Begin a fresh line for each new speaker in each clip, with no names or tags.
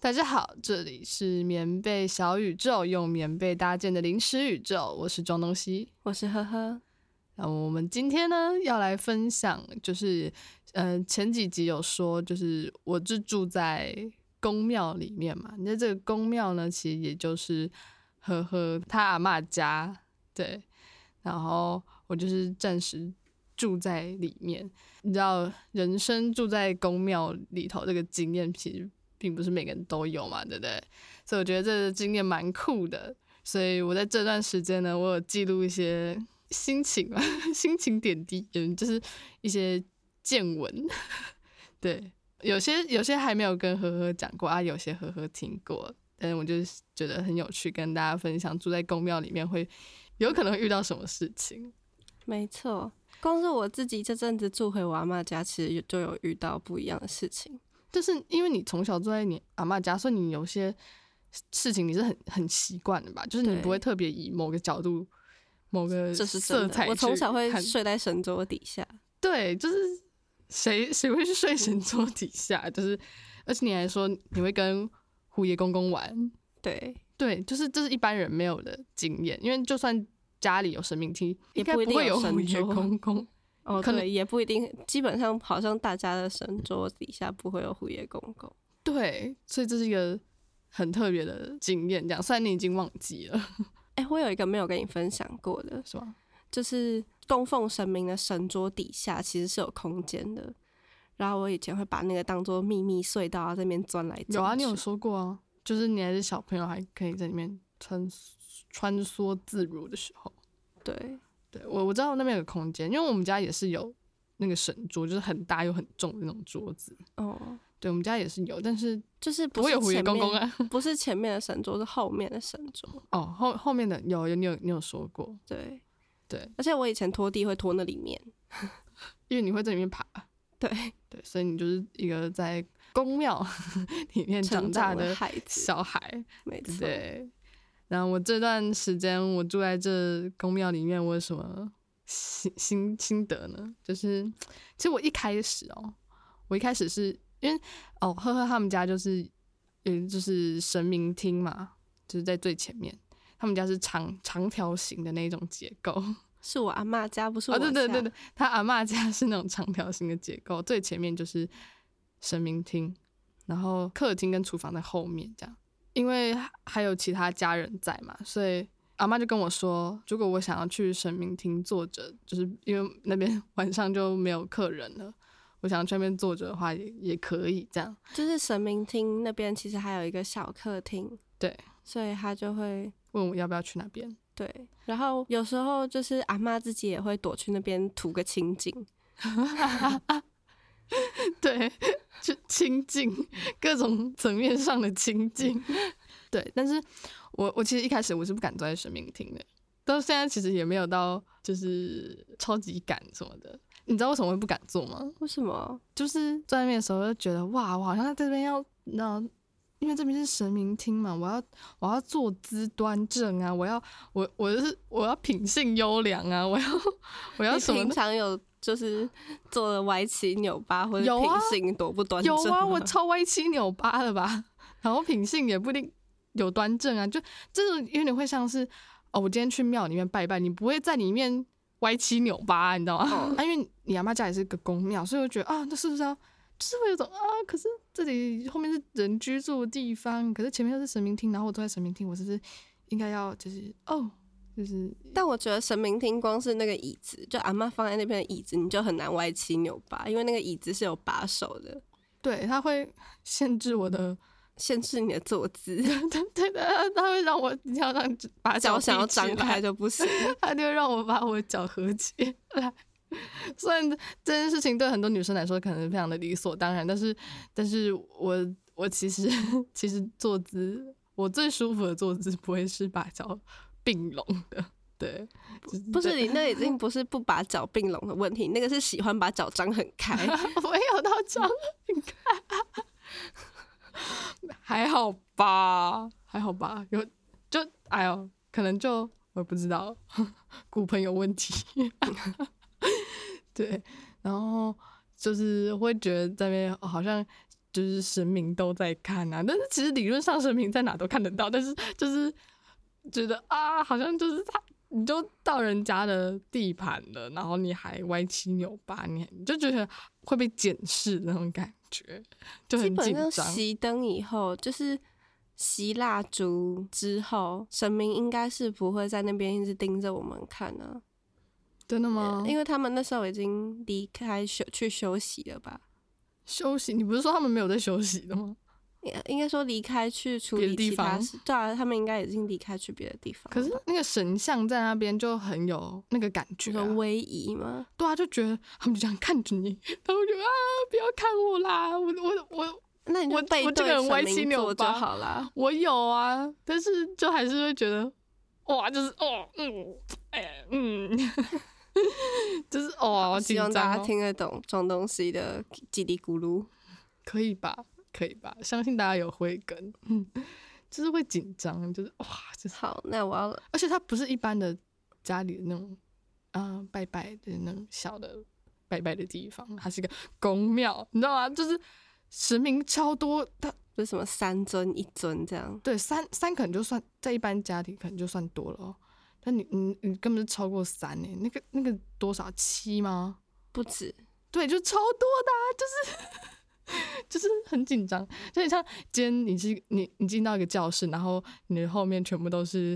大家好，这里是棉被小宇宙，用棉被搭建的临时宇宙，我是庄东西。呃
我是呵呵，
那我们今天呢，要来分享，就是，呃，前几集有说，就是我是住在宫庙里面嘛。那这个宫庙呢，其实也就是呵呵他阿嬷家，对。然后我就是暂时住在里面，你知道，人生住在宫庙里头这个经验，其实并不是每个人都有嘛，对不对？所以我觉得这个经验蛮酷的。所以我在这段时间呢，我有记录一些心情嘛， 心情点滴，嗯，就是一些见闻。 对，有些有些还没有跟呵呵讲过啊，有些呵呵听过，但是我就是觉得很有趣，跟大家分享住在宫庙里面会有可能会遇到什么事情。
没错，光是我自己这阵子住回我阿妈家，其实就有遇到不一样的事情。
就是因为你从小住在你阿嬷家，所以你有些事情你是很很习惯的吧？就是你
对
不会特别以某个角度、某个
这是真
色
的
彩，
我从
去
小会
看
睡在神桌底下，
对，就是谁谁会去睡神桌底下？就是，而且你还说你会跟虎爷公公玩，
对，
对，就是这是一般人没有的经验，因为就算家里有神明厅，
也
应该
不一定
会
有
有
神
虎爷
桌
公公。
哦，
可能
对，也不一定，基本上好像大家的神桌底下不会有虎爷公公。
对，所以这是一个很特别的经验。这样，虽然你已经忘记了，
哎、我有一个没有跟你分享过的，
是吧？
就是供奉神明的神桌底下其实是有空间的。然后我以前会把那个当做秘密隧道啊，这边钻来钻去。
有啊，你有说过啊，就是你还是小朋友，还可以在里面穿穿梭自如的时候。
对，
对我我知道那边有个空间，因为我们家也是有那个神桌，就是很大又很重的那种桌子。
哦，
对我们家也是有，但是
就是
不
不
会
是
有虎爷
前
公
面
公啊。
不是前面的神桌，是后面的神桌。
哦，后后面的有有你有你有说过，
对
对，
而且我以前拖地会拖那里面。
因为你会在里面爬，
对，
对，所以你就是一个在宫庙 里面 长
成
大
长
的
的孩子，
小孩。
没错，
对，然后我这段时间我住在这宫庙里面，我有什么心心心得呢？就是其实我一开始哦，我一开始是因为哦，呵呵他们家就是嗯就是神明厅嘛，就是在最前面。他们家是长长条形的那种结构，啊、
是我阿嬷家，不是我、
哦对对对对，，他阿嬷家是那种长条形的结构，最前面就是神明厅，然后客厅跟厨房在后面这样。因为还有其他家人在嘛，所以阿妈就跟我说，如果我想要去神明厅坐着，就是因为那边 晚上就没有客人了，我想去那边坐着的话也也可以这样。
就是神明厅那边其实还有一个小客厅，
对，
所以他就会。
问我要不要去那边，
对，然后有时候就是阿嬷自己也会躲去那边图个清静，
对，就亲近各种层面上的亲近。 对，但是我我其实一开始我是不敢坐在神明厅的，到现在其实也没有到就是超级敢什么的。你知道为什么会不敢坐吗？
为什么？
就是在那边的时候就觉得哇，我好像在这边要那，因为这边是神明厅嘛，我要我要坐姿端正啊，我要我我就是我要品性优良啊，我要我要
你
什么
平
的？
常有就是坐的歪七扭八或者
有啊
平行躲不端正
有啊，
吗
我超歪七扭八的吧，然后品性也不一定有端正啊，就这种有点会像是哦，我今天去庙里面拜拜，你不会在里面歪七扭八，你知道吗？
哦
啊，因为你阿妈家也是个公庙，所以我觉得啊，那是不是要就是会有种啊？可是这里后面是人居住的地方，可是前面又是神明厅，然后我坐在神明厅，我是不是应该要就是哦，就是
但我觉得神明厅光是那个椅子，就阿妈放在那边的椅子，你就很难歪七扭八，因为那个椅子是有把手的，
对，他会限制我的，
限制你的坐姿，
对对的，他会让我你要让把
脚想要
闭起来
张开就不行。
他就让我把我的脚合起来。 虽然这件事情对很多女生来说可能非常的理所当然，但是，但是我我其实 其实坐姿，我最舒服的坐姿不会是把脚并拢的，对，就是
不是你那已经不是不把脚并拢的问题，那个是喜欢把脚张很开。
我也有到张，你看，还好吧，还好吧，有就哎呦，可能就我也不知道， 骨盆有问题， 对，然后就是会觉得在那边好像就是神明都在看啊，但是其实理论上神明在哪都看得到，但是就是觉得啊，好像就是他，你就到人家的地盘了，然后你还歪七扭八，你你就觉得会被检视那种感觉， 就
基
很
本
紧
上
张。
熄灯以后，就是熄蜡烛之后，神明应该是不会在那边一直盯着我们看啊，
真的吗？
因为他们那时候已经离开休去休息了吧？
休息，你不是说他们没有在休息的吗？
应应该说离开去处
别的
理
地
其他
方
事，对啊，他们应该已经离开去别的地方了吧。
可是那个神像在那边就很有那个感觉、
你
啊
说，威仪吗？
对啊，就觉得他们就这样看着你，然后我就啊，不要看我啦，我我我
那你
我
就背
我这
对
个人歪
神
七
明
扭
坐就
八
好啦。
我有啊，但是就还是会觉得，哇，就是哦，嗯，哎呀，嗯， 就是哦，好紧
希望大
张、
家
哦，
听得懂装东西的叽里咕噜。
可以吧？可以吧？相信大家有慧根， 嗯，就是会紧张，就是哇，就是，
好，那我要
而且它不是一般的家里的那种啊、拜拜的那种小的拜拜的地方，它是一个宫庙，你知道吗？就是神明超多，它
就是什么三尊一尊这样。
对，三三可能就算在一般家庭可能就算多了哦，但你你你根本就超过三呢，那个那个多少七吗？
不止，
对，就超多的、啊，就是 就是很紧张，就很像今天你是你你进到一个教室，然后你的后面全部都是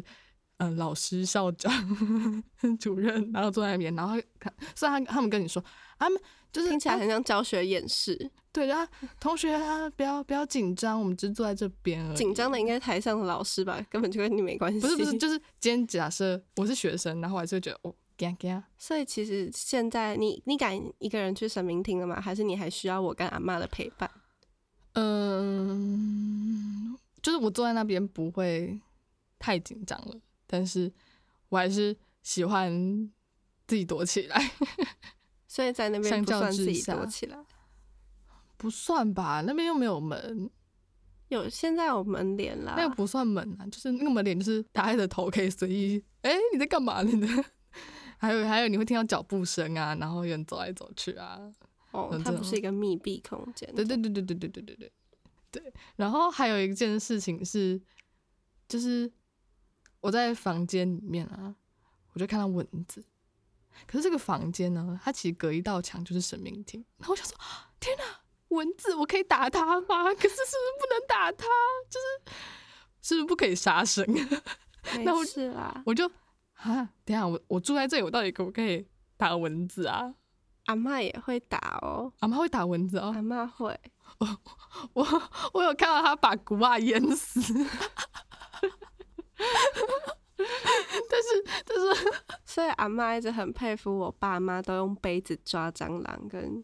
嗯、呃老师、校长、 主任，然后坐在那边，然后他虽然他他们跟你说他们就是
听起来
啊
很像教学演示。
对啊，同学啊，不要不要紧张，我们只是坐在这边而已，
紧张的应该台上的老师吧，根本就跟你没关系。
不是不是，就是今天假设我是学生，然后我还是会觉得哦，干干，
所以其实现在你你敢一个人去神明厅了吗？还是你还需要我跟阿嬷的陪伴？
嗯，就是我坐在那边不会太紧张了，但是我还是喜欢自己躲起来，
所以在那边
相
不
较
算
之
自己
下
躲起来。
不算吧？那边又没有门，
有现在有门帘啦，
那个不算门啊，就是那个门帘就是打开的头可以随意，哎、你在干嘛 呢？你在还有还有，你会听到脚步声啊，然后有人走来走去啊，
哦
嗯，
它
这
不
种
是一个密闭空间。
对对对对对对对对对对。然后还有一件事情是，就是我在房间里面啊，我就看到蚊子。可是这个房间呢，它其实隔一道墙就是神明厅。然后我想说，天哪，蚊子我可以打它吗？可是是不是不能打它？就是是不是不可以杀生？ 那我
没事啦，
我就啊，等一下我我住在这里，我到底可不可以打蚊子啊？
阿嬷也会打哦，
阿妈会打蚊子哦
阿，嬷会。
我我有看到他把古巴淹死，但是但是
所以阿嬷一直很佩服我爸妈都用杯子抓蟑螂跟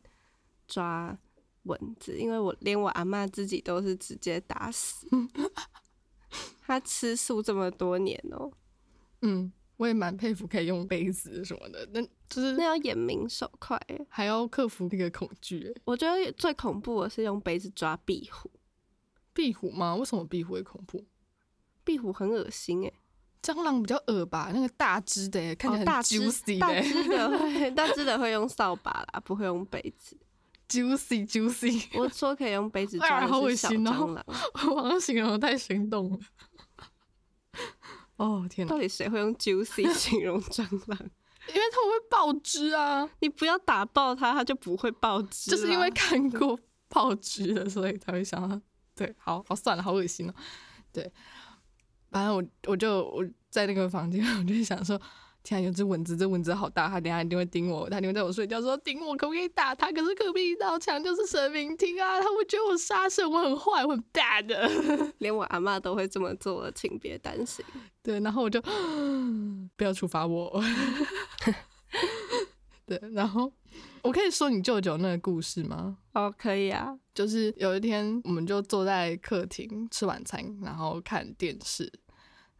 抓蚊子，因为我连我阿嬷自己都是直接打 死。她吃素这么多年哦、
嗯，我也蛮佩服可以用杯子什么的，那就是
那要眼明手快耶。
还要克服那个恐惧欸。
我觉得最恐怖的是用杯子抓壁虎，
壁虎吗？为什么壁虎会恐怖？
壁虎很恶心哎、
蟑螂比较恶吧，那个大只的欸，看起
哦
来
大
很
只
juicy 的
大
欸、
只 的会大只的会用扫把啦，不会用杯子。
j u i c y juicy，
我说可以用杯子
哎呀
抓
好
的
恶
是小
心哦
蟑螂，
我好像形容的太生动了。哦天哪
到，底谁会用 juicy 形容蟑螂？
因为他们会爆汁啊。
你不要打爆它，它就不会爆汁啦。
就是因为看过爆菊了，所以才会想到，对，好好算了，好恶心哦。对，反正我我就我在那个房间， 我就想说，天啊，有只蚊子，这蚊子好大，它等一下一定会叮我，它一定会在我睡觉的时候叮我，可不可以打它？可是隔壁一道墙就是神明厅啊，它会觉得我杀生，我很坏，我很 bad 的。
连我阿嬷都会这么做，请别担心。
对，然后我就不要处罚我。 对，然后我可以说你舅舅那个故事吗？
哦，可以啊，
就是有一天，我们就坐在客厅吃晚餐，然后看电视，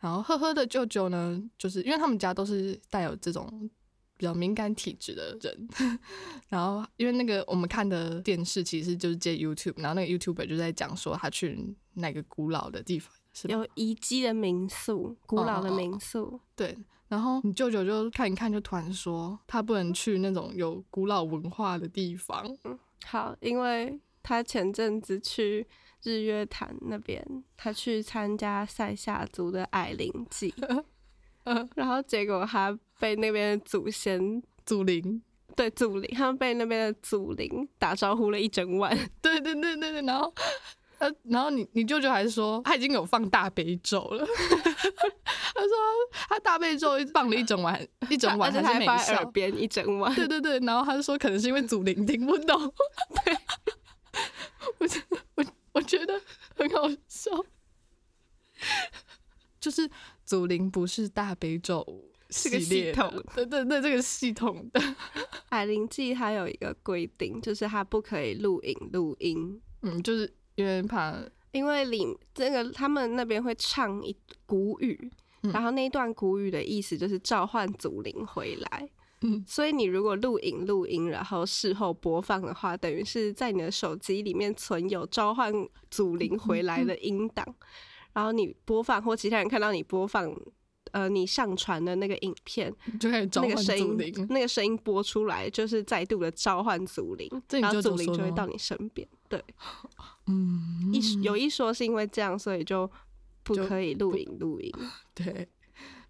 然后呵呵的舅舅呢，就是因为他们家都是带有这种比较敏感体质的人， 然后因为那个我们看的电视其实就是借 YouTube，然后那个 YouTuber 就在讲说他去那个古老的地方，是吧？
有遗迹的民宿，古老的
哦
民宿，
对。然后你舅舅就看一看，就突然说他不能去那种有古老文化的地方，
好，因为他前阵子去日月潭那边，他去参加塞夏族的矮灵 祭，
嗯
然后结果他被那边的祖先
祖灵，
对祖灵，他们被那边的祖灵打招呼了一整晚。
对对对对对，然后。呃，然后你你舅舅还说他已经有放大悲咒了， 他说他大悲咒放了一整晚，一整 晚
而且
还是
还
没
放在
效
耳。边一整晚。
对对对，然后他就说可能是因为祖灵听不懂。 对，我觉得我我觉得很好笑，就是祖灵不是大悲咒系
是个
列
系统
的，对对对，这个系统的，
矮灵记它有一个规定，就是它不可以录影录音，
嗯，就是因为怕
因为里这个他们那边会唱一古语，
嗯
然后那一段古语的意思就是召唤祖灵回来。
嗯
所以你如果录影录音，然后事后播放的话，等于是在你的手机里面存有召唤祖灵回来的音档，然后你播放或其他人看到你播放，呃，你上传的那个影片，
就开始召
那
唤
个声
祖
音
灵，，
那个声音播出来，就是再度的召唤祖灵，
这你
然后
舅舅
祖灵
说
就
的
会
吗
到你身边。对，
嗯，
一有一说是因为这样，所以就不
就
可以录影 录影。
对。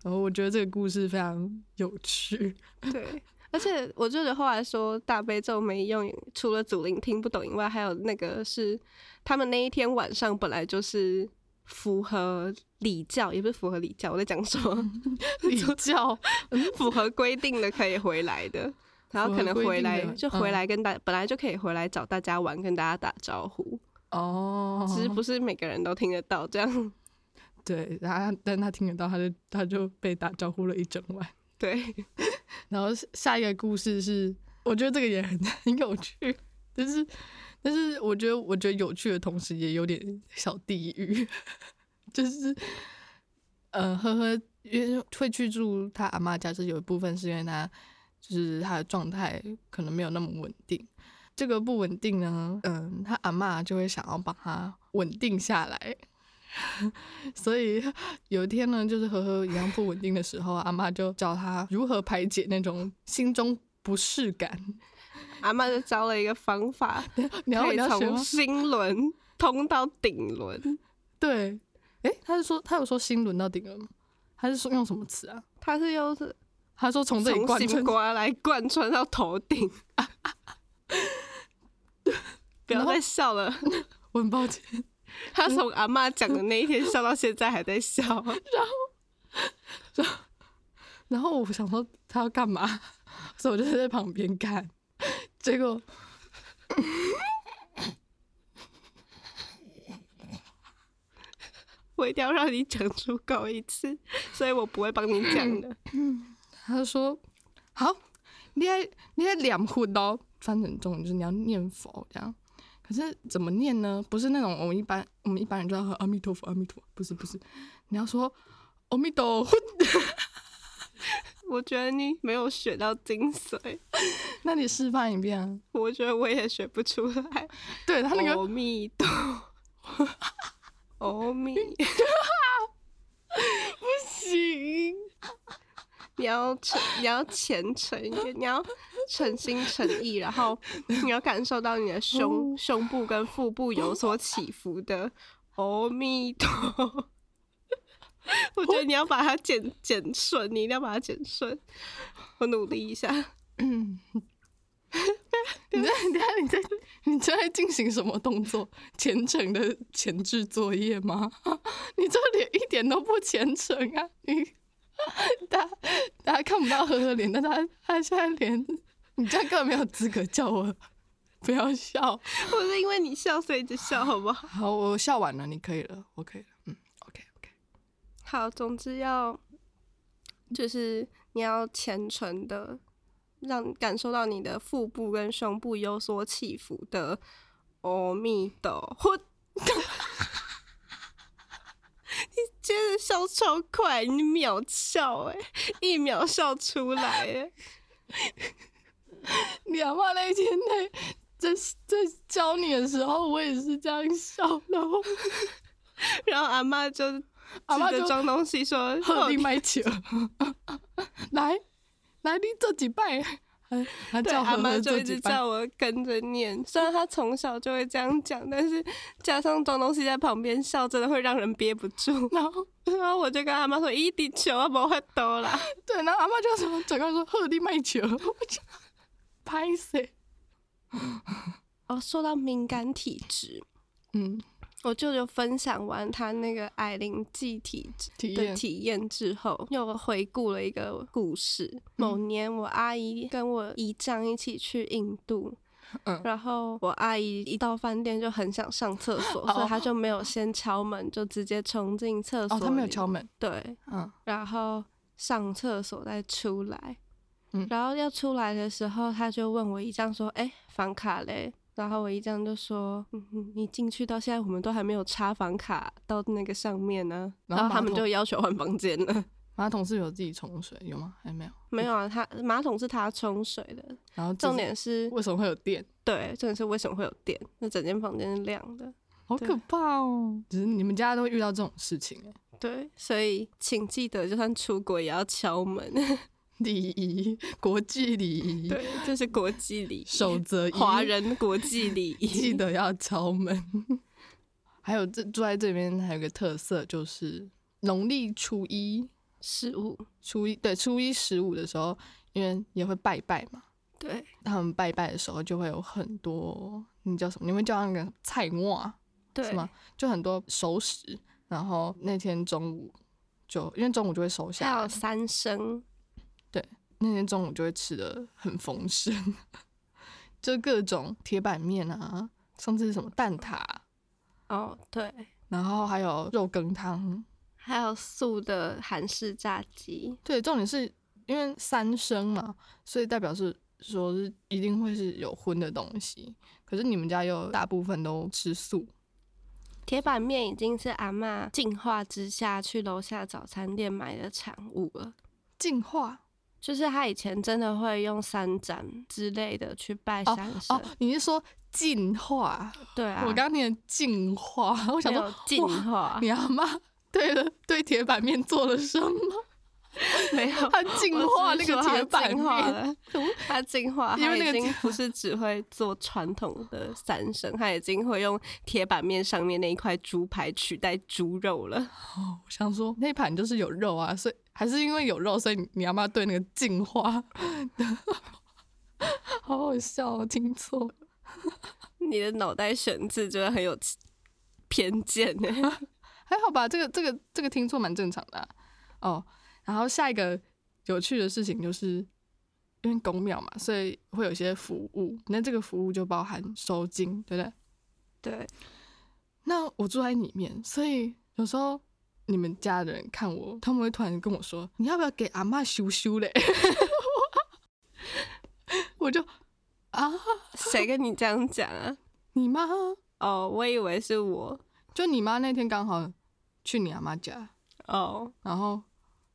然后我觉得这个故事非常有趣，
对，而且我舅舅后来说大悲咒没用，除了祖灵听不懂以外，还有那个是他们那一天晚上本来就是符合礼教，也不是符合礼教，我在讲什么？
嗯礼教
符合规定的可以回来 的。然后可能
符合规
回
定的
来就回
嗯
来跟大、本来就可以回来找大家玩，跟大家打招呼，
哦，
只是不是每个人都听得到这样。
对，然后他但他听得到，他就他就被打招呼了一整晚。
对，
然后下下一个故事是，我觉得这个也很 很有趣，但是但是我觉得我觉得有趣的同时也有点小地狱， 就是呃呵呵，因为会去住他阿妈家，是有一部分是因为他就是他的状态可能没有那么稳定。这个不稳定呢，嗯，他阿嬷就会想要把他稳定下来，所以 有一天呢，就是和和一样不稳定的时候，阿妈就教他如何排解那种心中不适感。
阿妈就教了一个方法，
你要
可
你
以
要学
从
吗？
心轮通到顶轮。
对，诶，他是说他有说心轮到顶了吗？他是说用什么词啊？
它是又是
他说从这里
从
贯
心
穿，
瓜来贯穿到 头顶。不要再 笑了，
我很抱歉。
他从阿妈讲的那一天笑到现在还在笑。
然后我想说他要干嘛， 所以我就在旁边看，结果。
我一定要让你讲出口一次，所以我不会帮你讲的。
他就说：“好，你还你还念佛哦，翻成中文就是你要念佛这样。可是怎么念呢？不是那种我们一般我们一般人就要和阿弥陀佛阿弥陀佛，不是不是，你要说阿弥陀佛。
我觉得你没有学到精髓，
那你示范一遍、啊。
我觉得我也学不出来。
对他那个
阿弥陀，阿弥，
行，
你要诚，你要虔诚一点，你要诚心诚意，然后你要感受到你的
哦
胸、胸部跟腹部有所起伏的。阿弥陀，我觉得你要把它剪剪顺，你一定要把它剪顺。我努力一下。
你在你在你在你正在进行什么动作？虔诚的前置作业吗？ 你这脸一点都不虔诚啊！你大家大家看不到呵呵脸，但他他现在脸，你这样根本没有资格叫我不要笑。
我是因为你笑所以一直笑，好不好？
好，我笑完了，你可以了，我可以了，嗯，OK OK，
好，总之要就是你要虔诚的，让感受到你的腹部跟胸部有所起伏的阿弥陀佛。 你接着笑超快，你秒笑哎、一秒笑出来哎、
你阿妈那一天在在在教你的时候，我也是这样笑的，
然后阿妈就
阿嬷
指
就
着装东西说：“
喝
哦
你买酒，来来，你做几摆？哎他
对，
叫
阿
呵
妈
呵
就
这
一直
几班，
叫我跟着念。虽然她从小就会这样讲，但是加上庄东西在旁边笑，真的会让人憋不住。
然后
然后我就跟阿妈说：“一滴球啊，不会抖啦。
对，然后阿妈就什么转过来说鹤立麦球， 我就拍谁？”
哦，说到敏感体质，
嗯，
我舅舅分享完他那个矮灵记体质
体
的
验
体验之后，又回顾了一个故事。
嗯
某年，我阿姨跟我姨丈一起去印度，
嗯
然后我阿姨一到饭店就很想上厕所，
哦
所以她就没有先敲门，就直接冲进厕所。
哦，他没有敲。门，
对，
嗯
然后上厕所再出来。
嗯
然后要出来的时候，她就问我姨丈说：“哎、房卡嘞？”然后我姨丈就说：“嗯，嗯你进去到现在，我们都还没有插房卡到那个上面呢、
然
然
后
后他们
马桶
就要求换房间了。
马桶是有自己冲水有吗？还没有。
没有啊，他马桶是他冲水的，
然后就是
重点是
为什么会有电？
对，重点是为什么会有电？那整间房间是亮的，
好
对
可怕哦！只是你们家都会遇到这种事情哎。
对，所以请记得，就算出国也要敲 门，
礼仪，国际礼仪
对，这是国际礼仪，
守 则一，
华人国际礼
记
仪。
得要敲门。 还有这住在这边还有个特色就是农历初一，
事物，
初一对初一十五的时候，因为也会拜拜嘛，
对，
他们拜拜的时候就会有很多，你叫什么？你们叫那个菜瓜
对，
是吗？就很多熟食，然后那天中午就因为中午就会熟
还
下
有
来，
三声，
那天中午就会吃的很丰盛， 就各种铁板面啊，上次是什么蛋挞，啊
哦，对，
然后还有肉羹汤。
还有素的韩式炸鸡，
对，重点是因为三生嘛，所以代表是说是一定会是有荤的东西。可是你们家又大部分都吃素，
铁板面已经是阿嬷进化之下去楼下早餐店买的产物了。
进化
就是他以前真的会用三盏之类的去拜山神，
哦，你是说进化？
对啊，
我刚念进化，我想
没
说
有进化，
你阿妈 对了对铁板面做了什 么？
没有
它进化
我
那
只是
个
说
铁
他
板
进化
面，
了，他进化，
因为那
他
个
已经不是只会做传统的三神，他已经会用铁板面上面那一块猪排取代猪肉了。
哦，我想说那盘就是有肉啊，所以还是因为有肉，所以你阿妈对那个进化，好好笑、哦，听错。
你的脑袋选字真的很有偏见欸呢。
还好吧，这个这个这个听错蛮正常的啊、哦。然后下一个有趣的事情就是，因为公庙嘛，所以会有一些服务，那这个服务就包含收金，对不对？
对，
那我住在里面，所以有时候你们家的人看我，他们会突然跟我说：“你要不要给阿嬷修修嘞？” 我就啊，
谁跟你这样讲啊？
你妈
哦，我以为是我。
就你妈那天刚好去你阿妈家，
哦，
然后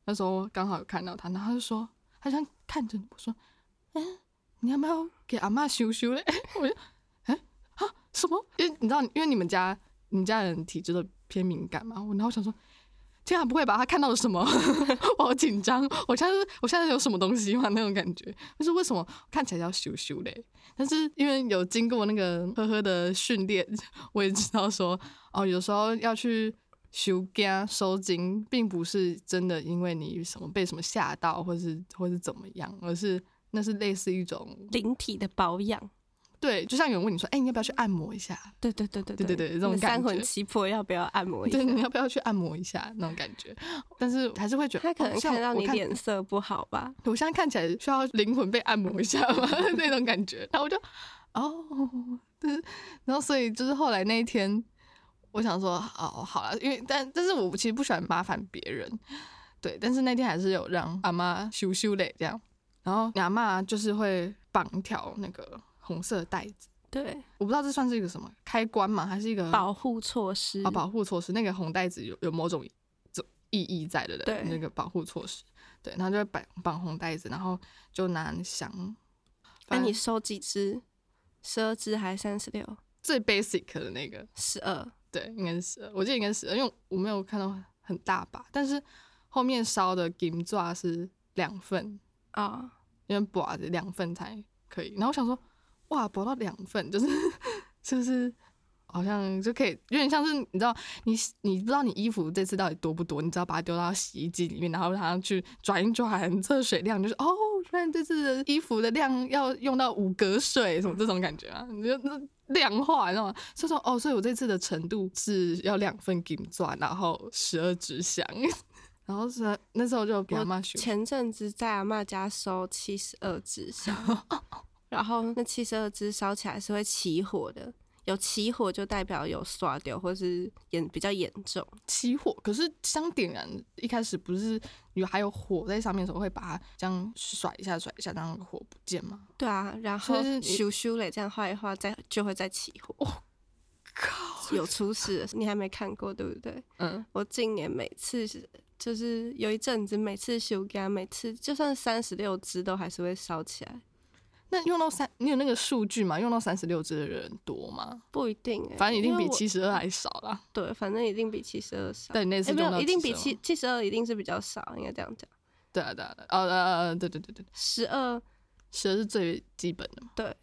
那时候刚好有看到他，然后他就说，他像看着我说：“嗯、你要不要给阿嬷修修嘞？”我就，哎、啊什么？因为你知道，因为你们家你们家人体质都偏敏感嘛，我然后我想说。天啊，不会吧？他看到了什么？ 我好紧张！我现在是我现在有什么东西吗？那种感觉，就是为什么看起来要羞羞嘞？但是因为有经过那个呵呵的训练， 我也知道说哦，有时候要去修家收金，并不是真的因为你什么被什么吓到，或是或是怎么样，而是那是类似一种
灵体的保养。
对，就像有人问你说，哎、你要不要去按摩一下？
对对对对
对对对这种
那
感
三魂
觉
七魄要不要按摩一下
对，？嗯你要不要去按摩一下那种感觉？但是还是会觉得
他可
哦
能
像
看到
我嗯
你脸色不好吧？
我现在看起来需要灵魂被按摩一下 吗？那种感觉。然后我就哦，就是，然后所以就是后来那一天，我想说哦，好了，因为但但是我其实不喜欢麻烦别人，对，但是那天还是有让阿妈修修嘞这样。然后你阿妈就是会绑一条那个红色的带子，
对，
我不知道这算是一个什么开关嘛，还是一个
保护措施
啊，保护措施，那个红带子有有某种这意义在的，
对
那个保护措施，对，然后就会绑绑红带子，然后就拿香。
那
反
你
正
收几只？十二只还是三十六？
最 basic 的那个，
十二。
对，应该是十二，我记得应该是十二，因为我没有看到很大把，但是后面烧的金钻是两份，
哦，
因为拔两份才可以。然后我想说，哇，拔到两份就是 是不是好像就可以，有点像是你知道你你不知道你衣服这次到底多不多，你只要把它丢到洗衣机里面，然后让它去转一转，测水量，就是哦，原来这次的衣服的量要用到五格水什么这种感觉啊，你就那量化，你知道吗？所以说哦，所以我这次的程度是要两份金钻，然后十二指香。 然后是那时候就给阿妈
我
学，
前阵子在阿嬷家收七十二只 烧，然后那七十二只烧起来是会起火的，有起火就代表有刷掉或是严比较严重。
起火，可是香点燃一开始不是有还有火在上面的时候会把它这样甩一下甩一下，让火不见吗？
对啊，然
所
后
以是你哦
咻咻嘞，这样画一画，再就会再起火。靠！有出事了，你还没看过对不对？
嗯，
我近年每次是就是有一阵子，每次修干，每次就算三十六只都还是会烧起来，
那用到三，你有那个数据吗？用到三十六只的人多吗？
不一定、欸。
反正一定
因为
比
我
七十二还少啦。
对，反正一定比七十二少。
但你那
欸
次
没
用到
有，一定比
72
七七十二一定是比较少，应该这样讲。
对啊对啊，对啊哦呃呃对对对对，
十二，
十二是最基本的嘛，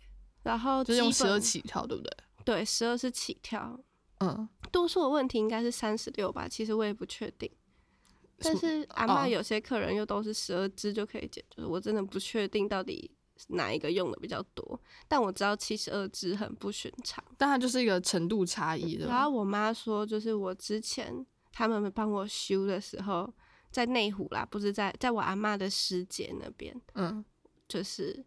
然后
就是用
哦基
十
本
二，起跳，对不对？
对，十二是起跳。
嗯，
多数的问题应该是三十六吧，其实我也不确定。
什
但
么
是阿
哦
嬷有些客人又都是十二支就可以解决，我真的不确定到底哪一个用的比较多，但我知道七十二支很不寻常。
但它就是一个程度差异的。
然后我妈说，就是我之前他们帮我修的时候，在内湖啦，不是在在我阿嬷的师姐那边，
嗯，
就是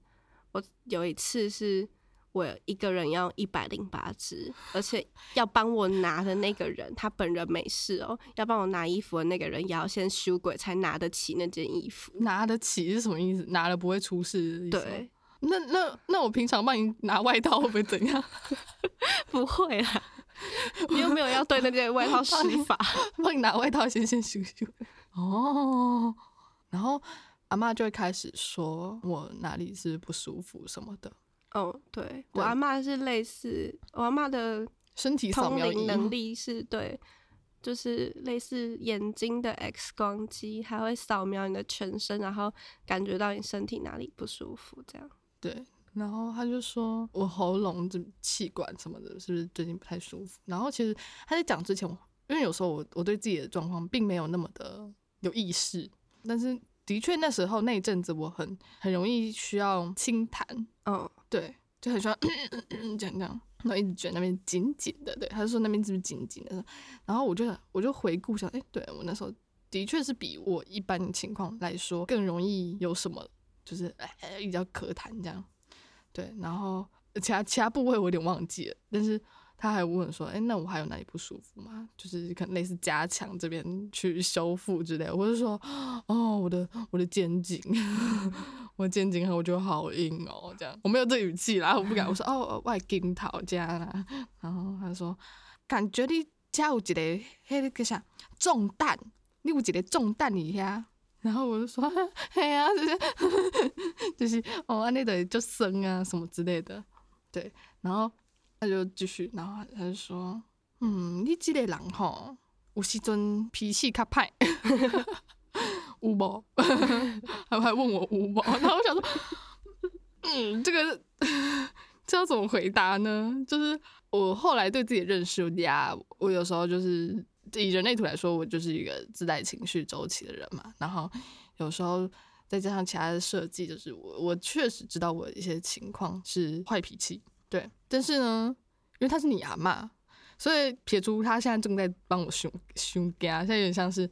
我有一次是我一个人要一百零八只，而且要帮我拿的那个人，他本人没事哦，要帮我拿衣服的那个人也要先修鬼才拿得起那件衣服。
拿得起是什么意思？拿了不会出事的意思吗？
对，
那那那我平常帮你拿外套会不会怎样？
不会 啦，你又没有要对那件外套施 法，
帮你拿外套先先咻 咻。哦，然后阿妈就会开始说我哪里是不舒服什么的，
哦，对我
对
阿嬷是类似我阿嬷的
身体扫
通
描仪
灵 能力是对，就是类似眼睛的 X 光机，还会扫描你的全身，然后感觉到你身体哪里不舒服，这样。
对。然后他就说我喉咙这气管什么的，是不是最近不太舒服？然后其实他在讲之前，我因为有时候我我对自己的状况并没有那么的有意识，但是的确那时候那一阵子我很很容易需要清痰，
嗯，
对，就很喜欢这样这样，然后一直觉得那边紧紧的，对，他就说那边是不是紧紧的？然后我就想我就回顾想，哎、对我那时候的确是比我一般的情况来说更容易有什么，就是哎、比较咳痰这样，对，然后呃其他其他部位我有点忘记了，但是。他还问说：“哎、那我还有哪里不舒服吗？就是可能类似加强这边去修复之类的。”我就说：“哦，我的我的肩颈， 我肩颈我觉得好硬哦，这样我没有这语气啦，我不敢。我说哦，哦我的肩头这样啦，然后他说感觉你家有一个迄个啥重担，你有一个重担你遐。然后我就说，嘿啊，就是 就是哦，安尼的就生啊什么之类的，对。然后他就继续，然后他就说，嗯，你这个人吼，有时阵脾气较歹， 有无？ 还还问我五毛， 然后我想说，嗯，这个这要怎么回答呢？就是我后来对自己的认识，呀，我有时候就是以人类图来说，我就是一个自带情绪周期的人嘛。然后有时候再加上其他的设计，就是我我确实知道我一些情况是坏脾气，对。但是呢，因为他是你阿嬷，所以撇除他现在正在帮我凶凶家，现在有点像是，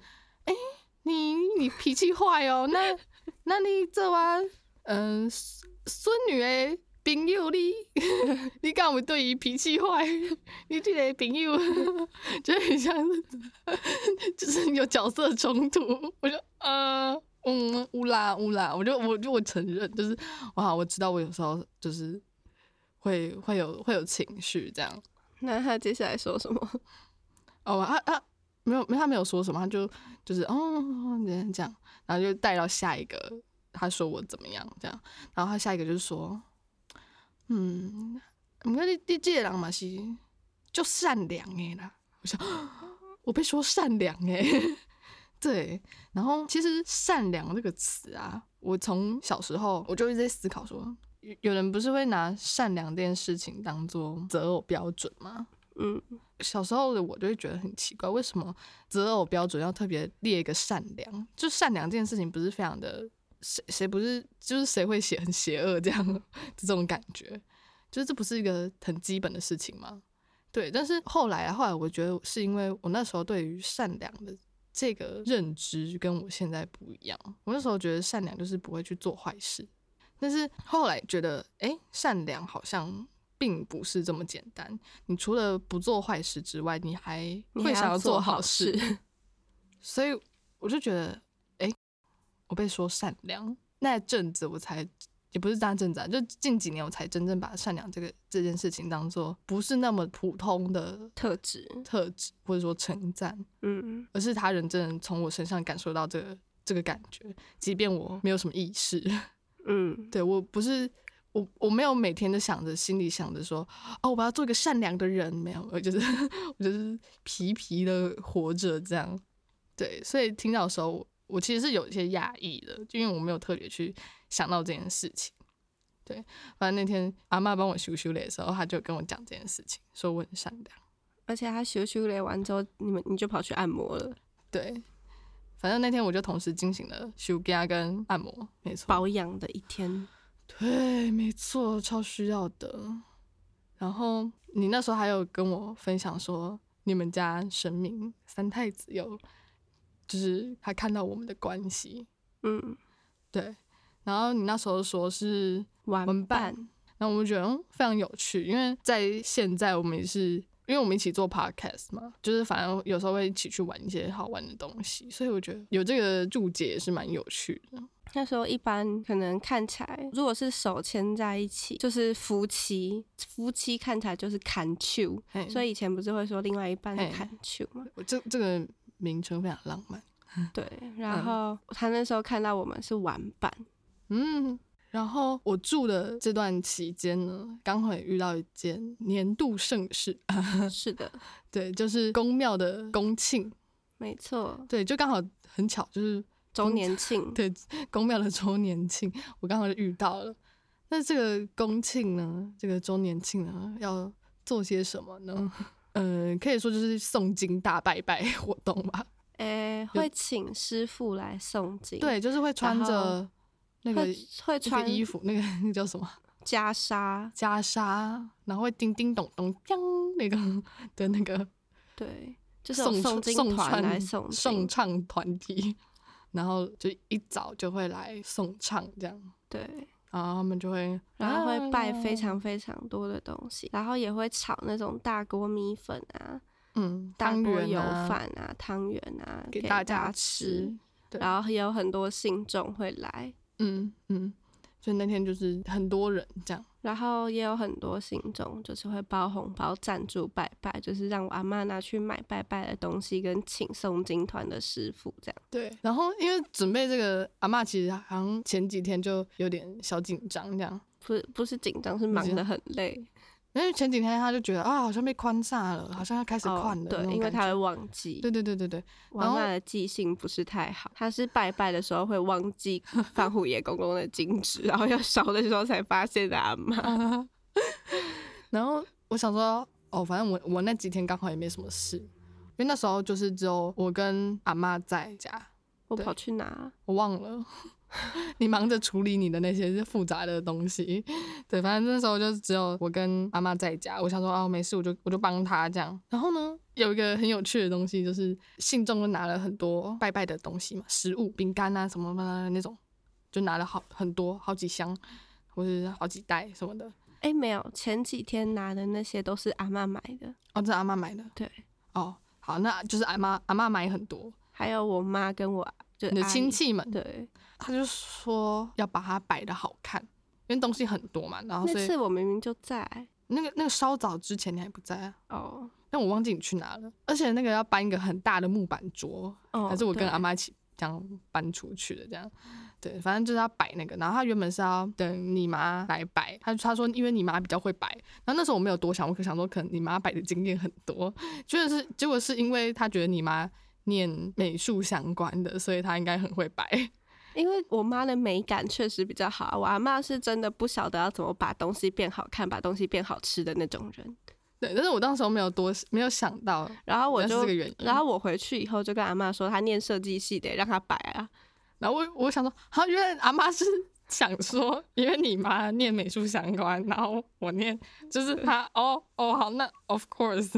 哎、你你脾气坏哦，那那你做啊，嗯、孙孙女的朋友你， 你敢有对伊脾气坏？ 你这个朋友 就很像是，就是有角色冲突。我就呃嗯乌啦乌啦，我就我就我承认，就是哇，我知道我有时候就是会会有会有情绪这样。
那他接下来说什么？
哦，他他没有，没有他没有说什么，他就就是哦这样，然后就带到下一个，他说我怎么样这样，然后他下一个就是说，嗯，我看你你这个人嘛是 就善良的啦，我想 我被说善良诶，对，然后其实“善良”这个词啊，我从小时候我就一直在思考说，有有人不是会拿善良这件事情当做择偶标准吗？
嗯，
小时候的我就会觉得很奇怪，为什么择偶标准要特别列一个善良？就善良这件事情不是非常的谁谁不是就是谁会写很邪恶这样 这种感觉，就是这不是一个很基本的事情吗？对，但是后来啊，后来我觉得是因为我那时候对于善良的这个认知跟我现在不一样，我那时候觉得善良就是不会去做坏事，但是后来觉得，诶，善良好像并不是这么简单。你除了不做坏事之外，你还
你
会
还
想
要
做
做
好
好
事， 所以我就觉得，诶，我被说善良那阵子，我才也不是那阵子啊，就近几年我才真正把善良这个这件事情当做不是那么普通的
特质，
特质或者说称赞，
嗯，
而是他人真的从我身上感受到这个这个感觉，即便我没有什么意识，
嗯，
对我不是我我没有每天都想着心里想着说哦我要做一个善良的人，没有，我就是我就是皮皮的活着这样，对，所以听到的时候我我其实是有一些讶异的，就因为我没有特别去想到这件事情。对，反正那天阿妈帮我修修脸的时候，她就跟我讲这件事情，说我很善良。
而且他修修雷完之后，你们你就跑去按摩了，
对，反正那天我就同时进行了修家跟按摩，没错，
保养的一天，
对，没错，超需要的。然后你那时候还有跟我分享说，你们家神明三太子有，就是他看到我们的关系，
嗯，
对。然后你那时候说是玩
玩
伴，然后我们觉得嗯非常有趣，因为在现在我们也是，因为我们一起做 podcast 嘛，就是反正有时候会一起去玩一些好玩的东西，所以我觉得有这个注解也是蛮有趣的。
那时候一般可能看起来，如果是手牵在一起，就是夫妻，夫妻看起来就是砍秋，
嘿
所以以前不是会说另外一半
嘿
是砍秋吗？
我这这个名称非常浪漫，
对，然后他那时候看到我们是玩伴，
嗯。然后我住的这段期间呢，刚好也遇到一件年度盛事，
是的，
对，就是宫庙的宫庆，
没错，
对，就刚好很巧，就是
周年庆，
对公庙的周年庆，我刚好就遇到了。那这个公庆呢，这个周年庆呢，要做些什么呢？ 呃，可以说就是诵经大拜拜活动吧。
诶，会请师傅来诵经，，
对，就是会穿着
后
那个
会会
那
穿
个衣服，那个那个叫什么
袈裟，
袈裟，然后会叮叮咚咚锵那个的那个
对，就是有
送
诵经
送
团
传
来诵
送
经，
唱团体，然后就一早就会来送唱这样，
对。
然后他们就会
然后会拜非
啊
常非常多的东
哦
西，然后也会炒那种大锅米粉啊、
嗯，
大
汤
锅
圆
油
啊
饭啊、汤圆啊
给
大
家
吃。，
对
然后也有很多信众会来，
嗯嗯，所以那天就是很多人这样，
然后也有很多信众就是会包红包赞助拜拜，就是让我阿妈拿去买拜拜的东西，跟请诵经团的师傅这样。
对。然后因为准备这个阿嬷其实好像前几天就有点小紧张这样，
不是不是紧张，是忙
紧
得很累
因为前几天她就觉得啊，好像被宽煞了，好像要开始
哦
宽了、。
对，因为他会忘记。
对对对对对，
我
然
阿
后
妈的记性不是太好，她是拜拜的时候会 忘记放虎爷公公的金纸，然后要烧的时候才发现的 阿妈。
然后我想说，哦，反正我我那几天刚好也没什么事，因为那时候就是只有我跟阿嬷在家，
我
对
跑去拿，
我忘了， 你忙着处理你的那些复杂的东西。对，反正那时候就只有我跟阿妈在家，我想说哦没事，我就我就帮她这样。然后呢，有一个很有趣的东西，就是信众就拿了很多拜拜的东西嘛，食物、饼干啊什么的那种，就拿了好很多好几箱，或是好几袋什么的。
哎、没有，前几天拿的那些都是阿妈买的，
哦，这是阿妈买的。
对，
哦，好，那就是阿妈阿妈买很多，
还有我妈跟我就
你的
阿
亲
姨，
戚们，
对，
他就说要把它摆的好看，因为东西很多嘛，然后哦
那
所以
次我明明就在
那个那个稍早之前你还不在啊，
哦
但我忘记你去哪了。而且那个要搬一个很大的木板桌，
哦，
还是我跟
对
阿妈一起这样搬出去的，这样。对，反正就是要摆那个。然后他原本是要等你妈来摆，他他说因为你妈比较会摆。然后那时候我没有多想，我可想说可能你妈摆的经验很多，就是结果是因为他觉得你妈念美术相关的，所以他应该很会摆。
因为我妈的美感确实比较好啊，我阿妈是真的不晓得要怎么把东西变好看、把东西变好吃的那种人。
对，但是我当时候没有多没有想到，
然后我
原来是
就
这个原因，
然后我回去以后就跟阿妈说，她念设计系的，让她摆啊。
然后我我想说，啊，原来阿妈是 想说，因为你妈念美术相关，然后我念
嗯
就是她，哦哦，好，那 of course，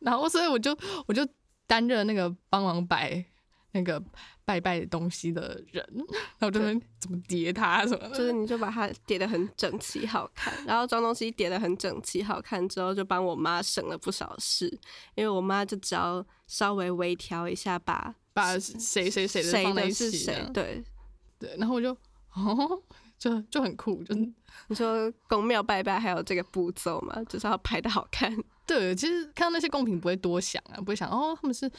然后所以我就我就担任那个帮忙摆那个拜拜东西的人，然后我就在那边怎么叠它什么的，
就是你就把它叠得很整齐好看，然后装东西叠得很整齐好看之后，就帮我妈省了不少事，因为我妈就只要稍微微调一下，把
把谁谁谁的
谁
放在
的
一
是
起
谁
的，，
对，
对，然后我就哦，就就很酷，就
你说公庙拜拜还有这个步骤嘛，就是要拍的好看，
对，其实看到那些贡品不会多想啊，不会想哦，他们是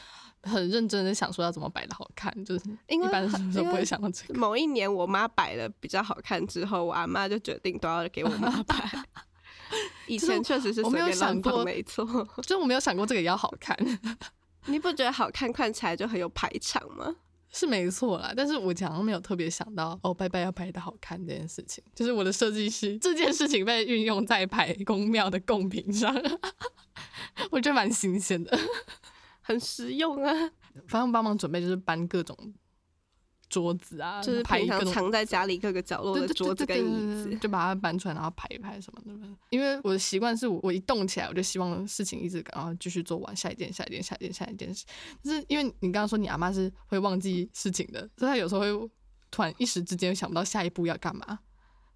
很认真的想说要怎么摆的好看，就是
因为
一般
很
人都
因
不会
为
想到这个。
某一年我妈摆了比较好看之后，我阿妈就决定都要给我妈 摆。以
就是
前确实是
我没
随
有
便乱
想过
放，没错。
就是我没有想过这个也要好看，
你不觉得好看看起来就很有排场吗？
是没错啦。但是我好像没有特别想到哦，拜拜要摆的好看这件事情，就是我的设计师这件事情被运用在摆宫庙的贡品上， 我觉得蛮新鲜的。
很实用啊，
反正我帮忙准备就是搬各种桌子啊，
就是
排
平
各
常
种
藏在家里各个角落
对
的
对
桌子
对
跟
对
椅
对对
子
对。就把它搬出来，然后排一排什么的。因为我的习惯是我我一动起来，我就希望事情一直然后继续做完，下一件下一件下一件下一件事。但是因为你刚刚说你阿妈是会忘记事情的，所以她有时候会突然一时之间想不到下一步要干嘛。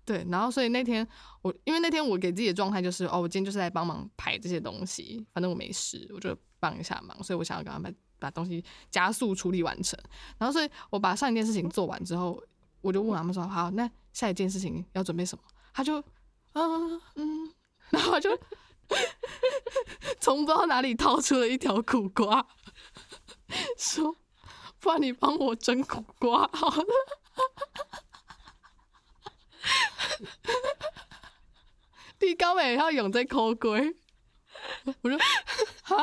对，然后所以那天我因为那天我给自己的状态就是哦，我今天就是来帮忙排这些东西，反正我没事，我就帮一下忙，所以我想要赶快把把东西加速处理完成。然后所以我把上一件事情做完之后，我就问我阿妈说：“好，那下一件事情要准备什么？”她就嗯嗯，然后我就从不知道哪里掏出了一条苦瓜，说：“不然你帮我蒸苦瓜好了。”地高美要永在抠龟，我说哈，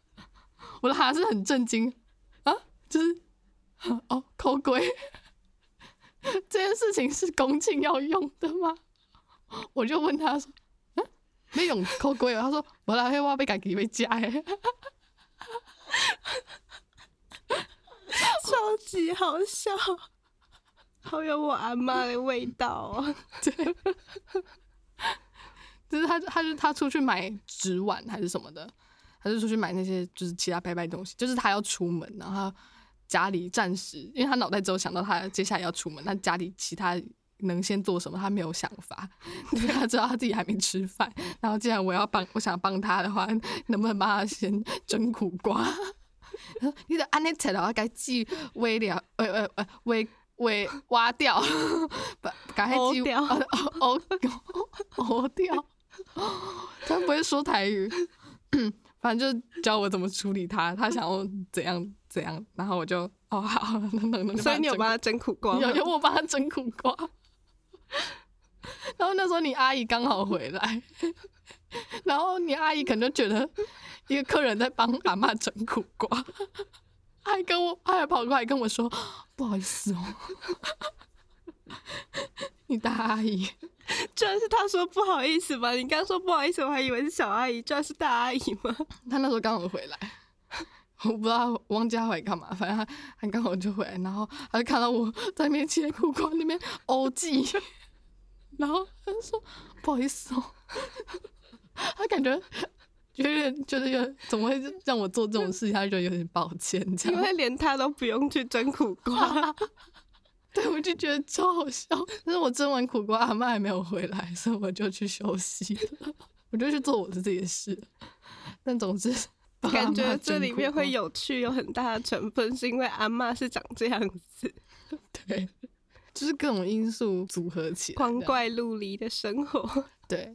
我的哈是很震惊啊，就是哈 哦抠龟。这件事情是恭敬要用的吗？我就问他说：“嗯，你用抠龟哦？”他说：“我来黑挖被改给被加诶。
超级好笑，好有我阿妈的味道哦。”
就是他，他就他出去买纸碗还是什么的，他就出去买那些就是其他拜拜东西，就是他要出门，然后他家里暂时，因为他脑袋只有想到他接下来要出门，那家里其他能先做什么，他没有想法，就是他知道他自己还没吃饭，然后既然我要帮，我想帮他的话，能不能帮他先蒸苦瓜？ 他说你得按那材料该记微了，呃呃呃微微挖掉， 把赶快记
挖掉
呃哦哦 哦掉， 他不会说台语， 反正就教我怎么处理他，他想要怎样怎样，然后我就哦好，等等等，
所以你有帮她蒸苦瓜吗？
有有我帮他蒸苦瓜。 然后那时候你阿姨刚好回来， 然后你阿姨可能就觉得一个客人在帮阿妈蒸苦瓜，还跟我还跑过来跟我说不好意思哦， 你大阿姨，
居然是她说不好意思吧？你刚说不好意思，我还以为是小阿姨，居然是大阿姨吗？
她那时候刚好回来。 我不知道我忘记她回来干嘛，反正她她刚好就回来，然后她就看到我在面切苦瓜那边呕气， 然后他就说不好意思哦， 他感觉有点觉得有点怎么会让我做这种事情，他就觉得有点抱歉这
因
样。
为连她都不用去蒸苦 瓜，
对，我就觉得超好笑。 但是我蒸完苦瓜，阿妈还没有回来，所以我就去休息了， 我就去做我的自己的事。 但总之，帮阿
感
嬷
觉这
蒸
里
苦
面
瓜
会有趣有很大的成分，是因为阿妈是长这样子，
对， 就是各种因素组合起来
光
的。
怪陆离的生活。
对，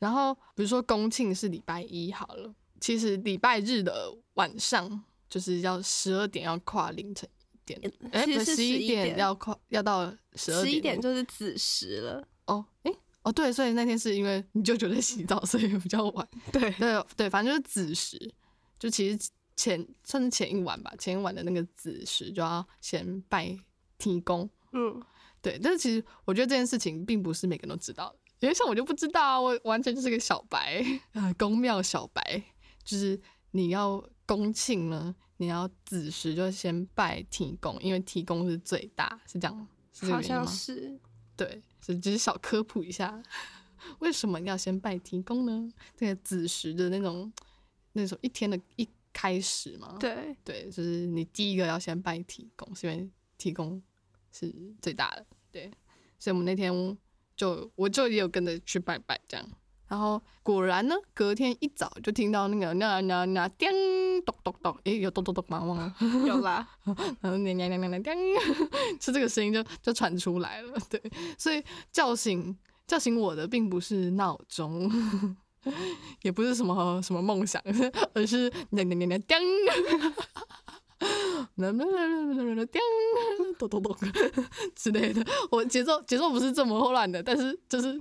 然后比如说公庆是礼拜一好了，其实礼拜日的晚上就是要十二点要跨凌晨一点，哎，
呃其
不
实是
十一
11
点
点
要跨要到十二
十一点
点
就是子时了，
哦，哎哦对，所以那天是因为你舅舅在洗澡，所以比较晚。
对，
对对，反正就是子时，就其实前算是前一晚吧，前一晚的那个子时就要先拜天公。
嗯，
对，但是其实我觉得这件事情并不是每个人都知道的，因为像我就不知道啊，我完全就是个小白， 呃，宫庙小白，就是你要恭庆呢，你要子时就先拜提公，因为提公是最大，是这样吗？是这个
好
原因
像
吗？
是，
对，所以只是小科普一下， 为什么要先拜提公呢？这个子时的那种那种一天的一开始嘛，
对，
对，就是你第一个要先拜提供，是因为提供是最大的，对，所以我们那天就我就也有跟着去拜拜这样，然后果然呢，隔天一早就听到那个那那那叮咚咚咚，诶，有咚咚咚吗？忘了，
有啦，
然后那那那那 那叮，是这个声音就就传出来了，对，所以叫醒叫醒我的并不是闹钟。 也不是什么什么梦想，而是那那那那叮，噔噔噔噔噔噔，咚咚咚之类的。我节奏节奏不是这么乱的，但是就是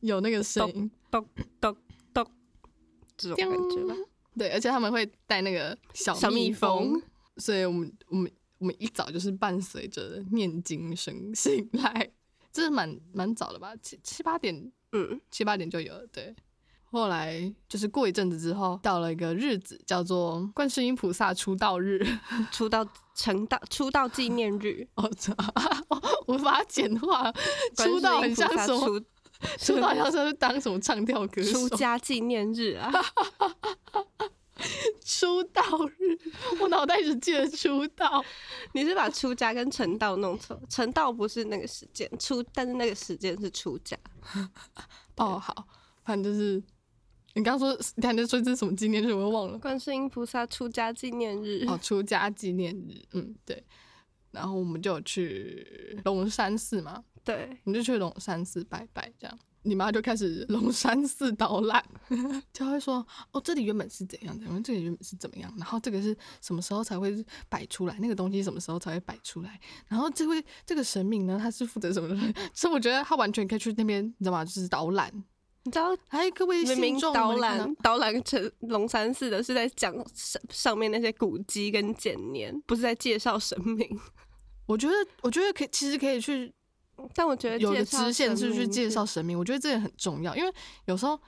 有那个声音，
咚咚咚，这种感觉吧。
对，而且他们会带那个小
小蜜
蜂，
蜂
所以我们我们我们一早就是伴随着念经声 醒来，这是蛮蛮早的吧，七七八点
嗯，
七八点就有了。对，后来就是过一阵子之后，到了一个日子叫做观世音菩萨出道日。
出道成道出道纪念 日，
哦，这 我把它简化，出道很像什么？
观世
出
音菩
道
萨
像是当什么唱跳歌手
出？出家纪念日 啊，
出道日，我脑袋只记得出道。
你是把出家跟成道弄错，成道不是那个时间出，但是那个时间是出家，
哦，好，反正就是你刚刚说，你还在说这是什么纪念日，我又忘了。
观世音菩萨出家纪念日。
哦，出家纪念日，嗯，对。然后我们就有去龙山寺嘛，
对，
我们就去龙山寺拜拜，这样。你妈就开始龙山寺导览， 就会说哦，这里原本是怎样的，然后这里原本是怎么样，然后这个是什么时候才会摆出来，那个东西什么时候才会摆出来，然后这位这个神明呢，他是负责什么的， 所以我觉得他完全可以去那边，你知道吗？就是导览。
你知道
哎，各位
明明
信众们
导
看到
览导览成龙山寺的是在讲上上面那些古迹跟简年，不是在介绍神明。
我觉得，我觉得可以，其实可以去
但我觉得
有个
呃介绍
支线是
神
去
明
介
是
绍神明，我觉得这也很重要，因为有时候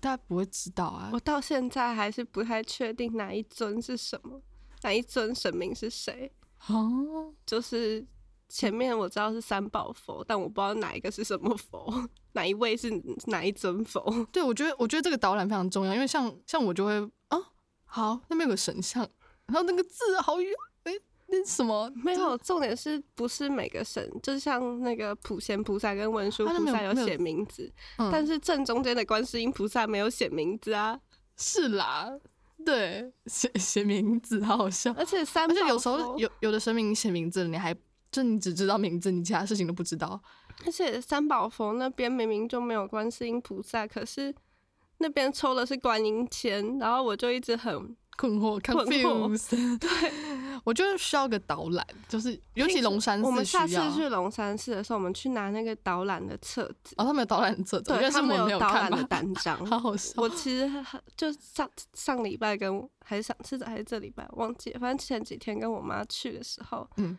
大家不会知道啊
我。到现在还是不太确定哪一尊是什么，哪一尊神明是谁。
哦，
就是前面我知道是三宝佛，但我不知道哪一个是什么佛， 哪一位是哪一尊佛。
对，我觉得我觉得这个导览非常重要，因为像像我就会啊，好，那边有个神像，然后那个字好远，哎，那什么
没有，重点是不是每个神，就像那个普贤菩萨跟文殊
啊那
菩
没有
萨有
没有
写名字，
嗯
但是正中间的观世音菩萨没有写名字啊。
是啦，对，写写名字，好好笑。
而且三
而
宝
且
佛，
有时候有有的神明写名字，你还就你只知道名字，你其他事情都不知道。
而且三宝佛那边明明就没有观世音菩萨，可是那边抽的是观音签，然后我就一直很
困惑
困惑
，confused。对， 我觉得需要个导览，就是尤其龙山寺需要。
我们下次去龙山寺的时候，我们去拿那个导览的册子，
哦，他们有导览册，
对
但是
他
我
们
没
有导
看
览的
吧，。
单张
好好笑。
我其实很就上上礼拜跟还是上是还是这礼拜忘记了，反正前几天跟我妈去的时候，
嗯，，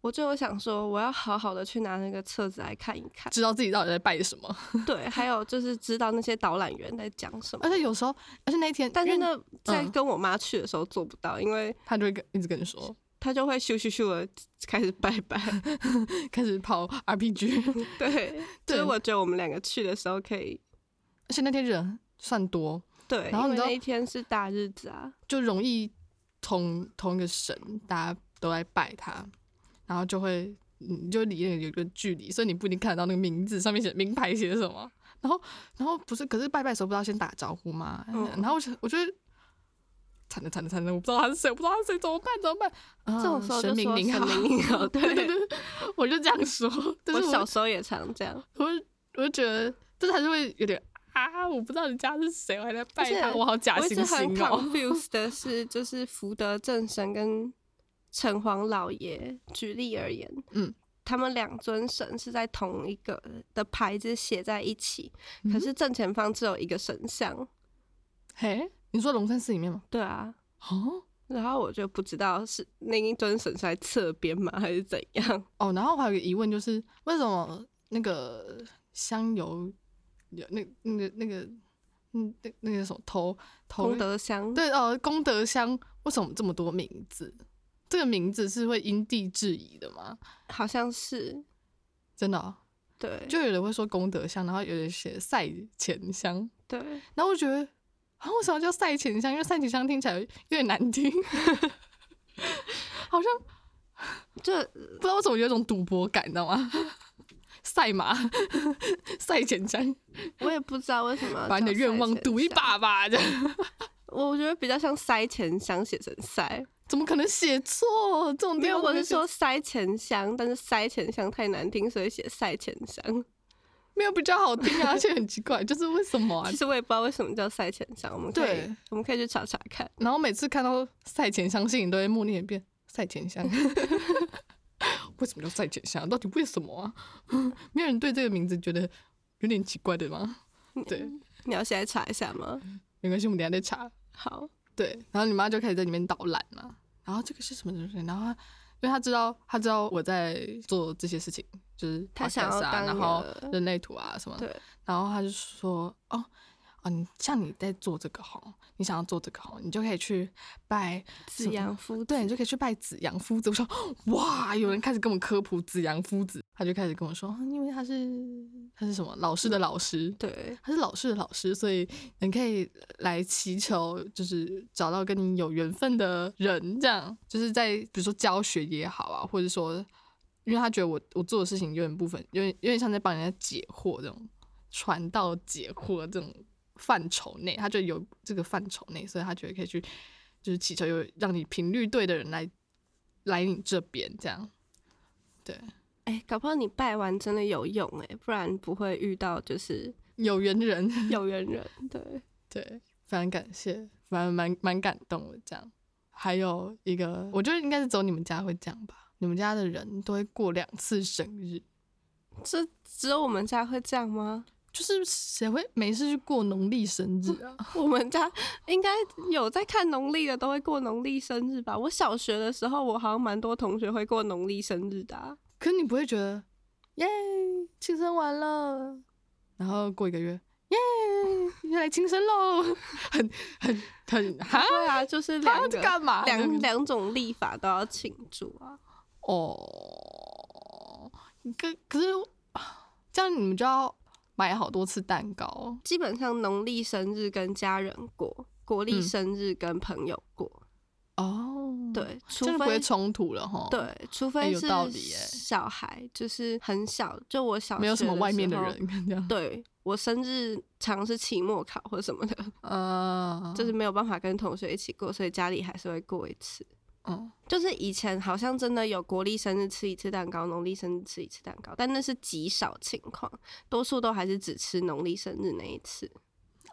我就有想说我要好好的去拿那个册子来看一看
知道自己到底在拜什么，
对，还有就是知道那些导览员在讲什么
而。且有时候，而且那一天，
但是
因为
呢，在
嗯
跟我妈去的时候做不到，因为
他就会跟一直跟你说，
她就会咻咻咻的开始拜 拜。
开始跑 RPG，
对，就
对
是我觉得我们两个去的时候可以，
而且那天人算多，
对，
然后你
因为
知道
那一天是大日子啊，
就容易同同一个神，大家都在拜他，然后就会你就离那个有一个距离，所以你不一定看得到那个名字上面写名牌写什么。然后，然后不是，可是拜拜的时候不知道先打招呼吗？
嗯
然后我想，我觉得惨了惨了惨了，我不知道他是谁，我不知道他是谁，怎么办？怎么办？啊
这种时候就
神明
说
您好，
神明您好对
对对对，我就这样说。但
我
是
小时候也常这样，
我我就觉得，但是还是会有点啊，我不知道人家是谁，我还在拜他，
而且
我好假
我一
惺
直很
惺哦。
confused 的是，就是福德正神跟城隍老爷，举例而言，
嗯，
他们两尊神是在同一个的牌子写在一起，
嗯
可是正前方只有一个神像，
嘿，你说龙山寺里面吗？
对啊，
哦
然后我就不知道是那一尊神是在侧边吗，还是怎样？
哦，然后我还有个疑问就是，为什么那个香油有那那个那个嗯那那个什么头头
功德箱，
对哦功德箱为什么这么多名字？这个名字是会因地制宜的吗？
好像是
真的哦、
对，
就有人会说功德箱，然后有人写赛前香，
对，
然后我觉得啊，为什么叫赛前香？因为赛前香听起来有点难听， 好像
就
不知道为什么有一种赌博感，你知道吗？ 赛马、 赛前香，
我也不知道为什么 要
把你的
哦叫
愿望
塞钱
赌一
箱。
把吧，这样
我觉得比较像塞钱箱写成塞，
怎么可能写错？这种
没
地
有，
方
我是
写
说塞钱箱，但是塞钱箱太难听，所以写塞钱箱。
没有比较好听 啊，而且很奇怪，就是为什么啊
其？实我也不知道为什么叫塞钱箱，我们可以
对
我们可以去查查看。
然后每次看到赛前香信，你都会默念一遍赛前香。 为什么叫赛前香？到底为什么啊？ 没有人对这个名字觉得有点奇怪，对吗？对，
你要现在查一下吗？
没关系，我们等一下再查。
好，
对，然后你妈就开始在里面捣乱嘛。然后这个是什么什么什么？然后她因为她知道，她知道我在做这些事情，就是
她想
podcast
要
啊
当
然后
一个
人类图啊什么的。
对，
然后她就说：“哦，哦，你像你在做这个吼，你想要做这个吼，你就可以去拜
子阳夫
对，你就可以去拜子阳夫子。我说哇，有人开始跟我科普子阳夫子，他就开始跟我说，哦因为他是他是什么老师的老师，
对，
他是老师的老师，所以你可以来祈求，就是找到跟你有缘分的人，这样就是在比如说教学也好啊，或者说，因为他觉得我我做的事情有点部分，有点有点像在帮人家解惑这种传道解惑这种范畴内，他觉得有这个范畴内，所以他觉得可以去就是祈求有让你频率对的人来来你这边这样。
哎、搞不好你拜完真的有用哎、不然不会遇到 就是
有缘人，
有缘人。对，
对，非常感谢，反正蛮蛮感动的这样。还有一个，我觉得应该是走你们家会这样吧，你们家的人都会过两次生日，
这只有我们家会这样吗？
就是谁会没事去过农历生日 啊？
我们家应该有在看农历的都会过农历生日吧？我小学的时候，我好像蛮多同学会过农历生日的啊、
可是你不会觉得，耶，庆生完了，然后过一个月，耶，要来庆生喽， 很很很哈，
对啊，就是
他
两
在
个
干嘛？
两两种历法都要庆祝啊。
哦，可可是啊这样你们就要买好多次蛋糕。
基本上农历生日跟家人过，国历
嗯
生日跟朋友过。
哦，，
对，除
这样不
非
会冲突了哈。，
对，除非
有
是
道理耶
小孩，就是很小，就我小
没有什
学
么
的
外
时
面的
候。
人 这样。
对我生日常是期末考或什么的，
呃，
嗯就是没有办法跟同学一起过，所以家里还是会过一次。
嗯，
就是以前好像真的有国历生日吃一次蛋糕，农历生日吃一次蛋糕，但那是极少情况，多数都还是只吃农历生日那一次。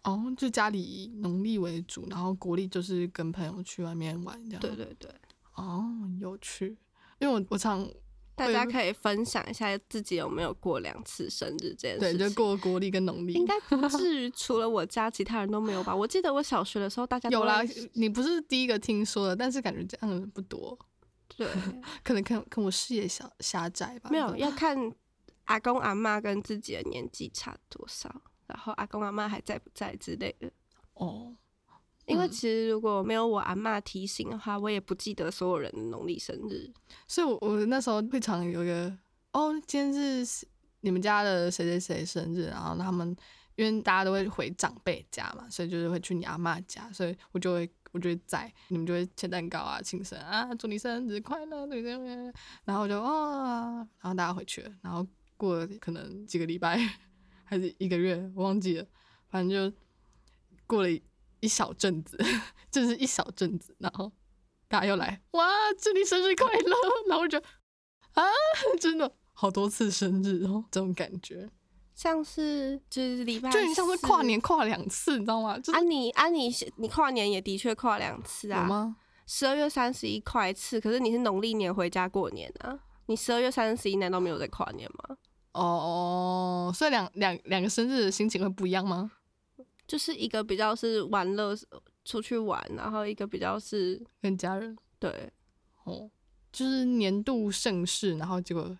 哦，就家里以农历为主，然后国历就是跟朋友去外面玩这样。
对，对对，
哦，有趣。因为我我常
大
会
家
不
可以分享一下自己有没有过两次生日这件事
对
情。
就过国历跟农历，
应该不至于，除了我家，其他人都没有吧？我记得我小学的时候，大家都
有啦
会。
你不是第一个听说的，但是感觉这样的人不多，
对，
可能看看我视野狭狭窄吧。
没有要看阿公阿妈跟自己的年纪差多少，然后阿公阿妈还在不在之类的。
哦，
因为
嗯
其实如果没有我阿妈提醒的话，我也不记得所有人的农历生日。
所以我，我那时候会常有一个哦，今天是你们家的谁谁谁生日，然后他们因为大家都会回长辈家嘛，所以就是会去你阿嬷家，所以我就会我就会在你们就会切蛋糕啊、庆生啊、祝你生日快乐，对对对，然后我就哦，然后大家回去了，然后过了可能几个礼拜还是一个月，我忘记了，反正就过了一一小阵子， 就是一小阵子，然后大家又来，哇，祝你生日快乐！ 然后我就啊， 真的好多次生日哦，这种感觉，
像是就是啊礼拜，
就很像是跨。年跨两次，你知道吗？就是
安妮，安妮是，你跨年也的确跨两次
有
啊。
吗？
十二月三十一跨一次，可是你是农历年回家过年啊。你十二月三十一难道没有在跨年吗？
哦，所以两两两个生日的心情会不一样吗？
就是一个比较是玩乐出去玩，然后一个比较是
跟家人
对
哦，就是年度盛事，然后结果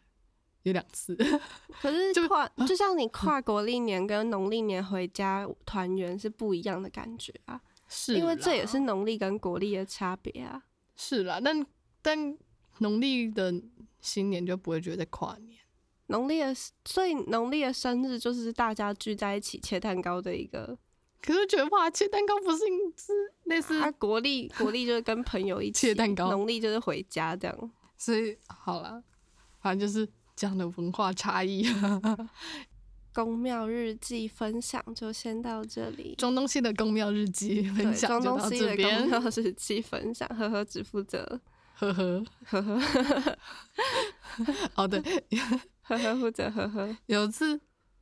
有两次，
可是
就
跨就像你跨国历年跟农历年回家团圆是不一样的感觉啊，
是
因为这也
啦
是农历跟国历的差别啊。
是啦，但但农历的新年就不会觉得在跨年，
农历的，所以农历的生日就是大家聚在一起切蛋糕的一个。
可是觉得哇，切蛋糕不是是类似，
啊，国历国历就是跟朋友一起
切蛋糕
农历就是回家这样。
所以好啦，反正就是这样的文化差异，
宫庙日记分享就先到这里，
中东西的宫庙日记
对，
分享
中
就
东
到
西
这
的宫
边，
庙日记分享，呵呵，只负责
呵呵，
呵呵
哦对，
呵呵负责呵呵，
有一次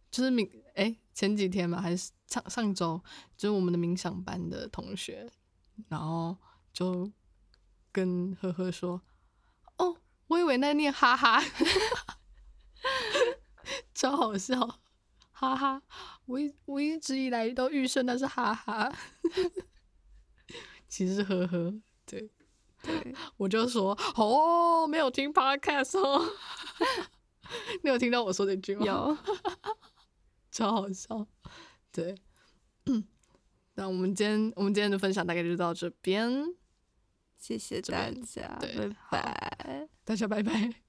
就是冥哎、前几天吧，还是上上周，就是我们的冥想班的同学，然后就跟呵呵说：“哦，我以为那念哈哈， 超好笑，哈哈，我一我一直以来都预设那是哈哈， 其实是呵呵。” 对，
对，
我就说哦，没有听 podcast 哦， 你有听到我说这句吗？
有
超好笑。对， 那我们今天我们今天的分享大概就到这边，
谢谢
这
大
边
家，
对
拜拜。
大家拜拜。